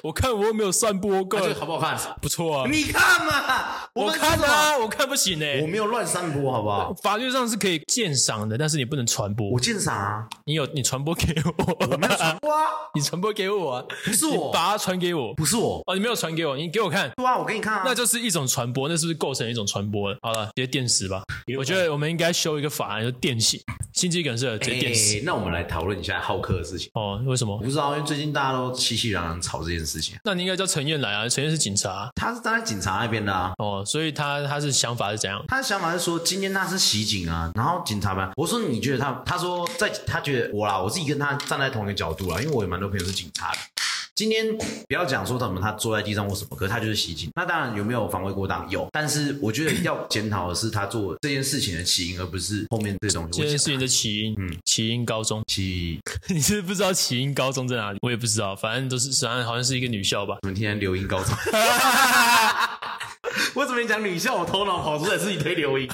Speaker 1: 我看我又没有散播够，
Speaker 2: 这个好不好看？
Speaker 1: 不错啊。
Speaker 2: 你看嘛，
Speaker 1: 我
Speaker 2: 们
Speaker 1: 看
Speaker 2: 是什么，
Speaker 1: 啊，我看不行哎、
Speaker 2: 我没有乱散播，好不好？
Speaker 1: 法律上是可以鉴赏的，但是你不能传播
Speaker 2: 我。鉴赏 啊，
Speaker 1: 你有你传播给
Speaker 2: 我没有
Speaker 1: 我，
Speaker 2: 传播啊，
Speaker 1: 你传播给我啊，
Speaker 2: 不是
Speaker 1: 你
Speaker 2: 我，
Speaker 1: 把它传给我。
Speaker 2: 不是我，
Speaker 1: 哦，你没有传给我，你给我看，
Speaker 2: 对啊，我给你看啊，
Speaker 1: 那就是一种传播，那是不是构成一种传播了？好了，直接电死吧。我觉得我们应该修一个法案，就电刑，心肌梗塞直接电死。
Speaker 2: 哎那我们来讨论一下浩克的事情。
Speaker 1: 哦，为什么
Speaker 2: 我？不知道，因为最近大家都熙熙攘攘吵这件事情。
Speaker 1: 那你应该叫陈燕来啊，陈燕是警察
Speaker 2: 他是站在警察那边的啊，
Speaker 1: 哦，所以他他是想法是怎样？
Speaker 2: 他的想法是说，今天他是袭警啊，然后警察吧，我说你觉得他，他说在，他觉得我啦，我自己跟他站在同一个角度啦，因为我有蛮多朋友是警察的。今天不要讲说什么他坐在地上或什么，可是他就是袭警。那当然有没有防卫过当有，但是我觉得要检讨的是他做这件事情的起因，而不是后面这种
Speaker 1: 这件事情的起因，嗯，起因高中，
Speaker 2: 起。
Speaker 1: 你是不是不知道起因高中在哪里？我也不知道，反正都是，反正好像是一个女校吧。
Speaker 2: 我们天天留音高中， 我怎么讲女校，我头脑跑出来是一堆留音。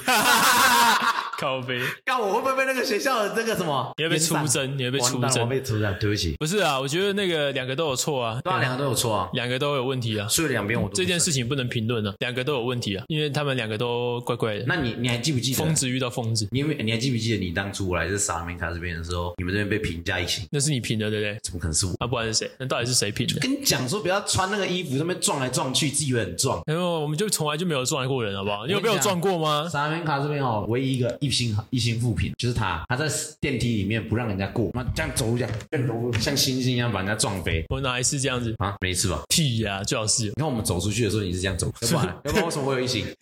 Speaker 1: 靠背，
Speaker 2: 干我会不会被那个学校的那个什么？
Speaker 1: 你会被出征，你会被
Speaker 2: 完
Speaker 1: 出
Speaker 2: 蛋了，我
Speaker 1: 征。
Speaker 2: 被出征，对不起，
Speaker 1: 不是啊，我觉得那个两个都有错啊，
Speaker 2: 对啊，两个都有错啊，
Speaker 1: 两个都有问题啊。
Speaker 2: 所以两边我都
Speaker 1: 这件事情不能评论啊，两个都有问题啊，因为他们两个都怪怪的。
Speaker 2: 那你你还记不记
Speaker 1: 疯
Speaker 2: 得？
Speaker 1: 子遇到疯子，
Speaker 2: 你有没有你还记不记得你当初我来这沙明卡这边的时候，你们这边被评价一星，
Speaker 1: 那是你评的对不对？
Speaker 2: 怎么可能是我？
Speaker 1: 啊，不然是谁？那到底是谁评的？
Speaker 2: 跟你讲说不要穿那个衣服，那边撞来撞去，自己以为很壮。
Speaker 1: 然后我们就从来就没有撞过人，好不好？你有被我撞过吗？
Speaker 2: 沙明卡这边哦，唯一一个一星一星负评就是他，他在电梯里面不让人家过，那这样走一下，这样走像猩猩一样把人家撞飞
Speaker 1: 我哪一次这样子？
Speaker 2: 啊，没事吧？
Speaker 1: 屁呀、最好是
Speaker 2: 你看我们走出去的时候你是这样走，要不然要不然为什么会有一星？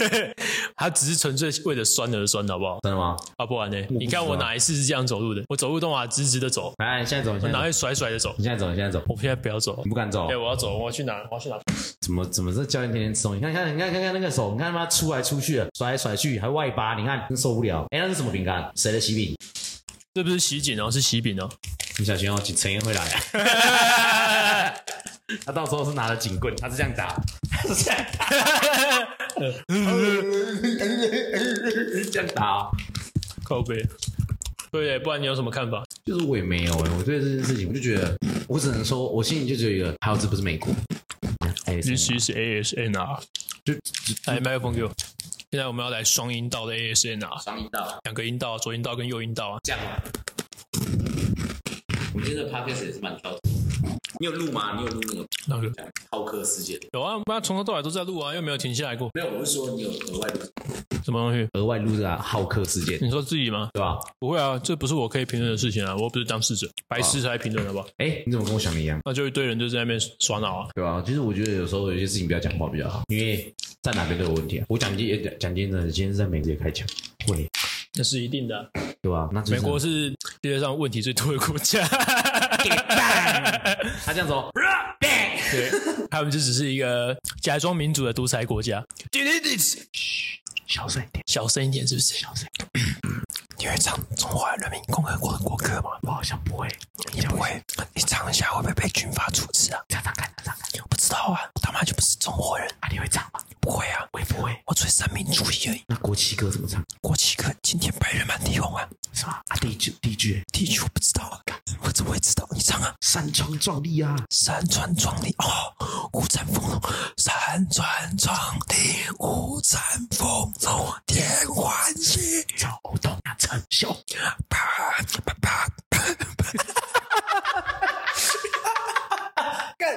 Speaker 1: 他只是纯粹为了酸而酸，好不好？
Speaker 2: 真的吗？
Speaker 1: 啊，不然呢？
Speaker 2: 道
Speaker 1: 你看我哪一次是这样走路的？我走路都嘛直直的走，
Speaker 2: 来，哎你现在走，你
Speaker 1: 我
Speaker 2: 现在
Speaker 1: 哪
Speaker 2: 走，
Speaker 1: 会甩甩的走？
Speaker 2: 你现在走，你现在走，
Speaker 1: 我现在不要走
Speaker 2: 你，不敢走
Speaker 1: 哎、，我要走，我要去哪？我要去哪？
Speaker 2: 怎么怎么这教练天天吃东西？你看你看你看看看那个手，你看他妈出来出去的，甩来甩去，还外八，你看真受不了。哎，那是什么饼干？谁的喜饼？
Speaker 1: 这不是喜饼哦，是喜饼哦。
Speaker 2: 你小心哦，警陈燕会来。 他到时候是拿着警棍，他是这样打， 他是这样打，这样打哦、
Speaker 1: 靠背，对不对？不然你有什么看法？
Speaker 2: 就是我也没有哎、我对这件事情，我就觉得，我只能说，我心里就只有一个，还有这不是美国。哎，
Speaker 1: This is ASNR。
Speaker 2: 就
Speaker 1: 来，哎麦克风给我。现在我们要来双音道的 ASNR，
Speaker 2: 双音道
Speaker 1: 两个音道，左音道跟右音道啊。
Speaker 2: 这样吧。我们今天的 podcast 也是蛮挑的。你有录吗？你有录那个
Speaker 1: 那个
Speaker 2: 浩克事件？
Speaker 1: 有啊，我妈从头到尾都在录啊，又没有停下来过。
Speaker 2: 没有，我是说你有额外录，
Speaker 1: 什么东西？
Speaker 2: 额外录这个浩克事件，
Speaker 1: 你说自己吗？
Speaker 2: 对吧？
Speaker 1: 不会啊，这不是我可以评论的事情啊，我又不是当事者，白痴才评论好不好？
Speaker 2: 哎，你怎么跟我想的一样？
Speaker 1: 那就一堆人就在那边耍脑啊。
Speaker 2: 对吧？其实我觉得有时候有些事情不要讲话比较好，因为在哪边都有问题啊。我讲今也讲讲今真的，今天是在美国也开枪，会
Speaker 1: 那是一定的啊、
Speaker 2: 对吧？那就是
Speaker 1: 美国是世界上问题最多的国家，
Speaker 2: 他这样子哦，
Speaker 1: 对， 他们就只是一个假装民主的独裁国家。
Speaker 2: 小声一点，
Speaker 1: 小声一点，是不是？小声。你会唱《中华人民共和国的国歌》吗？
Speaker 2: 我好像不会，
Speaker 1: 你不会，你唱一下会不会被军法处置啊？
Speaker 2: 唱唱看，唱唱看，
Speaker 1: 我不知道啊，我他妈就不是中国人，
Speaker 2: 啊，你会唱吗？
Speaker 1: 不会啊，
Speaker 2: 我也不会。
Speaker 1: 我最三民主义而已。
Speaker 2: 那国旗歌怎么唱？
Speaker 1: 国旗歌，今天白人满地红啊，
Speaker 2: 是吧？啊，第一句第一句，
Speaker 1: 地区我不知道啊，我怎么会知道？你唱啊，
Speaker 2: 山川壮丽啊，
Speaker 1: 山川壮丽哦，五展丰隆，山川壮丽，五展丰隆，天欢喜。
Speaker 2: 赵东啊，陈秀，
Speaker 1: 啪啪啪 啪！干，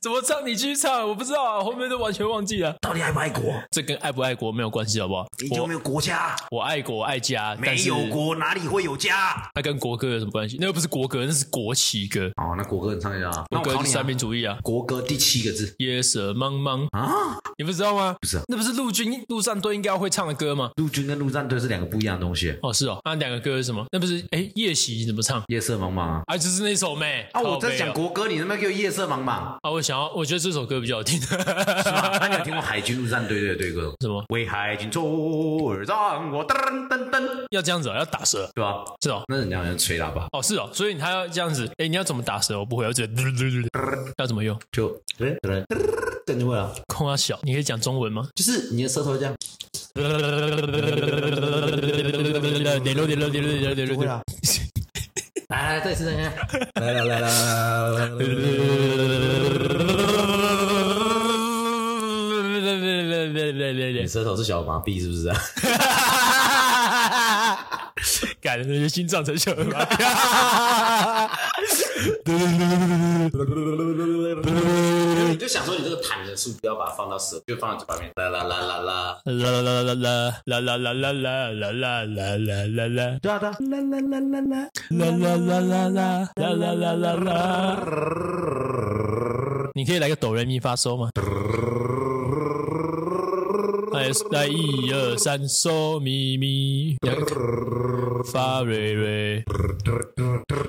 Speaker 1: 怎么唱？你继续唱，我不知道啊，后面都完全忘记了。
Speaker 2: 到底爱不爱国？
Speaker 1: 这跟爱不爱国没有关系，好不好？
Speaker 2: 你就
Speaker 1: 我
Speaker 2: 没有国家，
Speaker 1: 我爱国爱家，但
Speaker 2: 没
Speaker 1: 是
Speaker 2: 有国哪里会有家？
Speaker 1: 那跟国歌有什么关系？那又不是国歌，那是国旗歌。
Speaker 2: 好，那国歌你唱一下啊。那
Speaker 1: 国歌
Speaker 2: 我考
Speaker 1: 是
Speaker 2: 你
Speaker 1: 三
Speaker 2: 啊，
Speaker 1: 民主义啊。
Speaker 2: 国歌第七个字
Speaker 1: 夜色茫茫，
Speaker 2: 啊。
Speaker 1: 你不知道吗？
Speaker 2: 不是啊
Speaker 1: 那不是陆军陆战队应该会唱的歌吗？
Speaker 2: 陆军跟陆战队是两个不一样的东西。
Speaker 1: 哦，是哦，那两个歌是什么？那不是哎，夜袭怎么唱？
Speaker 2: 夜色茫茫啊！
Speaker 1: 啊，就是那首咩？
Speaker 2: 啊，
Speaker 1: 靠
Speaker 2: 我
Speaker 1: 背
Speaker 2: 在讲
Speaker 1: 哦
Speaker 2: 国歌，你他妈给我夜色茫茫，
Speaker 1: 啊，我想要，我觉得这首歌比较好听。
Speaker 2: 是吧？那你有听过海军陆战队的队歌？
Speaker 1: 什么？
Speaker 2: 为海军作而战，我噔噔噔，
Speaker 1: 要这样子、哦，要打舌，
Speaker 2: 对吧？
Speaker 1: 是哦。
Speaker 2: 那人家好像吹喇叭，
Speaker 1: 哦，是哦，所以他要这样子，哎，你要怎么打舌？我不会，我只能 要怎么用？
Speaker 2: 就噔噔噔噔就会了，
Speaker 1: 空啊小，你可以讲中文吗？
Speaker 2: 就是你的舌头这样就会了。来来，再一次再一次，来来来来来来来来，你舌头是小麻痹是不是啊？
Speaker 1: 改了，那就心脏才小儿麻 痹。
Speaker 2: 你就想说你这个弹的速度要把它放到舌，就放到嘴巴里面，啦啦啦啦啦。
Speaker 1: 啦啦啦啦啦啦啦啦啦啦啦啦啦啦啦
Speaker 2: 对啊对啊，啦啦啦啦啦。
Speaker 1: 啦啦啦啦啦啦啦啦啦啦。你可以来个哆来咪发嗦吗？来来一二三嗦咪咪，发瑞瑞，的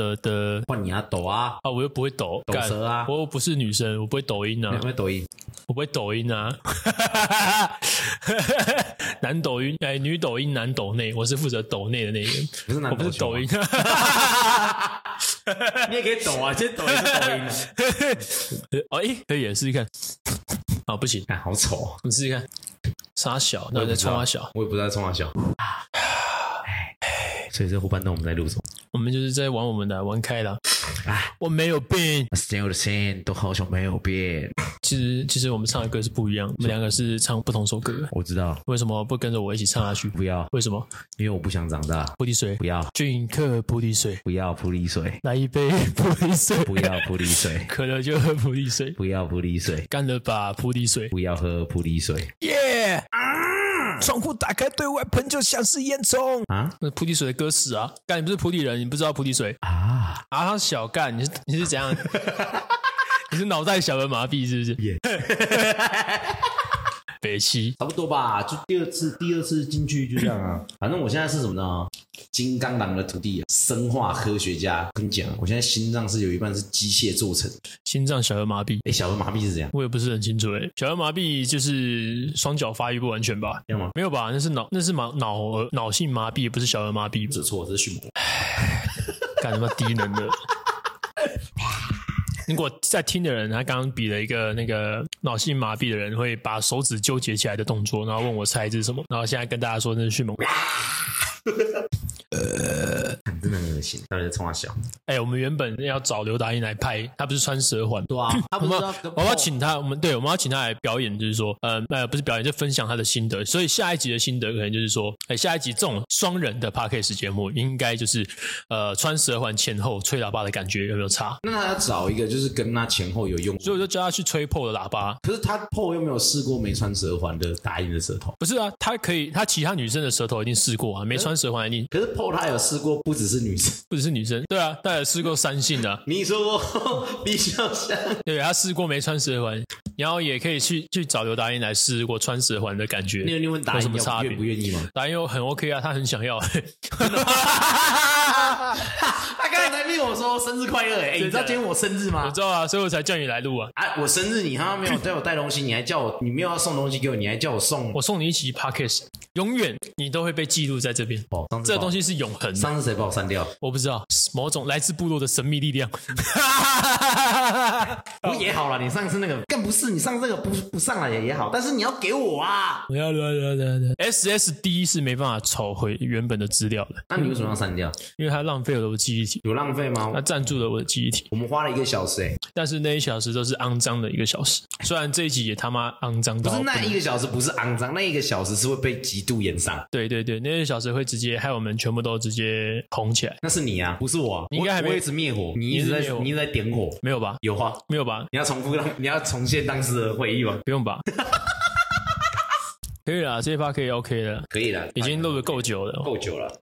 Speaker 1: 的的。
Speaker 2: 换你啊，抖啊，
Speaker 1: 啊，我又不会抖，
Speaker 2: 抖
Speaker 1: 干
Speaker 2: 舌啊
Speaker 1: 我又不是女生，我不会抖音
Speaker 2: 你
Speaker 1: 啊
Speaker 2: 有，没有抖音？
Speaker 1: 我不会抖音啊， 男抖音哎，女抖音男抖内，我是负责抖内的那个，
Speaker 2: 不是男
Speaker 1: 我不是
Speaker 2: 球
Speaker 1: 抖
Speaker 2: 吗
Speaker 1: 音，
Speaker 2: 你也可以抖啊，这抖也是抖 音啊。
Speaker 1: 哦，哎，可以试试看，啊，不行，
Speaker 2: 看哎好丑，
Speaker 1: 你试试看，沙小，那
Speaker 2: 我
Speaker 1: 我
Speaker 2: 也
Speaker 1: 再
Speaker 2: 不知道
Speaker 1: 冲他小，
Speaker 2: 我也不知道在冲他笑。哎所以这后半段我们在录什么
Speaker 1: 我们就是在玩我们的，啊玩开了
Speaker 2: 哎，
Speaker 1: 我没有病，
Speaker 2: ？Still the same，都好久没有变。
Speaker 1: 其实其实我们唱的歌是不一样，我们两个是唱不同首歌，
Speaker 2: 我知道，
Speaker 1: 为什么不跟着我一起唱下去？
Speaker 2: 不要，
Speaker 1: 为什么？
Speaker 2: 因为我不想长大。
Speaker 1: 菩提水
Speaker 2: 不，要，
Speaker 1: 俊客菩提水。
Speaker 2: 不要普洱水，
Speaker 1: 来一杯普洱水，，
Speaker 2: 不要普洱水
Speaker 1: 渴了就喝普洱水，
Speaker 2: 不要普洱水，
Speaker 1: 干了吧普洱水，
Speaker 2: 不要喝普洱水
Speaker 1: 耶！啊窗户打开对外喷，就像是烟囱。
Speaker 2: 啊
Speaker 1: 那普洱水的歌词啊，干你不是普洱人，你不知道普洱水
Speaker 2: 啊！
Speaker 1: 啊？小干，你是你是怎样？你是脑袋小儿麻痹是不是？ 北七
Speaker 2: 差不多吧，就第二次，第二次进去就这样 啊。反正我现在是什么呢？金刚狼的徒弟，生化科学家。跟你讲，我现在心脏是有一半是机械做成。
Speaker 1: 心脏小儿麻痹，
Speaker 2: 哎，小儿麻痹是怎样？
Speaker 1: 我也不是很清楚诶、小儿麻痹就是双脚发育不完全吧？
Speaker 2: 这样吗？
Speaker 1: 没有吧？那是脑那是脑脑儿脑性麻痹，不是小儿麻痹吧。
Speaker 2: 不是错，这是迅猛。
Speaker 1: 干什么低能的？如果在听的人，他刚刚比了一个那个脑性麻痹的人会把手指纠结起来的动作，然后问我猜这是什么，然后现在跟大家说那是迅猛。
Speaker 2: 看 真的很恶心，到底在冲他笑？
Speaker 1: 哎、我们原本要找刘达英来拍，他不是穿蛇环，
Speaker 2: 对啊，他
Speaker 1: 我
Speaker 2: 不
Speaker 1: 们
Speaker 2: 是
Speaker 1: 要
Speaker 2: 要
Speaker 1: 我们要请他，我们对我们要请他来表演，就是说，呃呃，不是表演，就分享他的心得。所以哎下一集的心得可能就是说，哎、下一集这种双人的 p a r k a s 节目，应该就是呃穿蛇环前后吹喇叭的感觉有没有差？
Speaker 2: 那他要找一个就是跟他前后有用，
Speaker 1: 所以我就叫他去吹破的喇叭，
Speaker 2: 可是他破又没有试过没穿舌环的打印的舌头。
Speaker 1: 不是啊，他可以，他其他女生的舌头一定试过啊，没穿舌环一定
Speaker 2: 可是破他有试过，不只是女生。
Speaker 1: 不只是女生，对啊，他也试过三性的、啊，
Speaker 2: 你说过 比较像
Speaker 1: 对，啊他试过没穿舌环，然后也可以去去找刘达英来试过穿舌环的感觉，
Speaker 2: 那个你问打
Speaker 1: 有什
Speaker 2: 印
Speaker 1: 么差
Speaker 2: 要
Speaker 1: 别
Speaker 2: 愿不愿意吗？
Speaker 1: 达英很 OK 啊，他很想要、
Speaker 2: 他刚才才跟我说生日快乐、欸，哎、你知道今天我生日
Speaker 1: 我
Speaker 2: 吗？
Speaker 1: 知道啊，所以我才叫你来录啊，
Speaker 2: 啊，我生日你他妈没有叫我带东西，你还叫我，你没有要送东西给我，你还叫我送
Speaker 1: 我送你一集 podcast，永远你都会被记录在这边，
Speaker 2: 哦，上次
Speaker 1: 这
Speaker 2: 把我
Speaker 1: 东西是永恒的。
Speaker 2: 上次谁把我删掉？
Speaker 1: 我不知道，某种来自部落的神秘力 量。 哦
Speaker 2: 我也好了，你上次那个更不是，你上次那个不不上来也也好，但是你要给我啊，
Speaker 1: 我要来来来来，SSD 是没办法拷回原本的资料的，
Speaker 2: 那你为什么要删掉？
Speaker 1: 因为它浪费了我的记忆体，
Speaker 2: 有浪费吗
Speaker 1: 它？占住了我的记忆体。
Speaker 2: 我们花了一个小时、欸，
Speaker 1: 但是那一小时都是肮脏的一个小时，虽然这一集也他妈肮脏
Speaker 2: 不
Speaker 1: 到
Speaker 2: 是那
Speaker 1: 能
Speaker 2: 一个小时不是肮脏，那一个小时是会被集度延上。
Speaker 1: 对对对，那些小时会直接害我们全部都直接红起来，
Speaker 2: 那是你啊，不是我啊，
Speaker 1: 你应该还
Speaker 2: 我
Speaker 1: 没
Speaker 2: 我一直灭火，你一
Speaker 1: 你一
Speaker 2: 直
Speaker 1: 直
Speaker 2: 在
Speaker 1: 灭火
Speaker 2: 你一直在点火，
Speaker 1: 没有吧？
Speaker 2: 有啊，
Speaker 1: 没有吧？
Speaker 2: 你要重复让你要重现当时的回忆吗？
Speaker 1: 不用吧？ 可以啦，这一趴可以 OK 了，
Speaker 2: 可以的，
Speaker 1: 已经录的够久了。
Speaker 2: 够久了。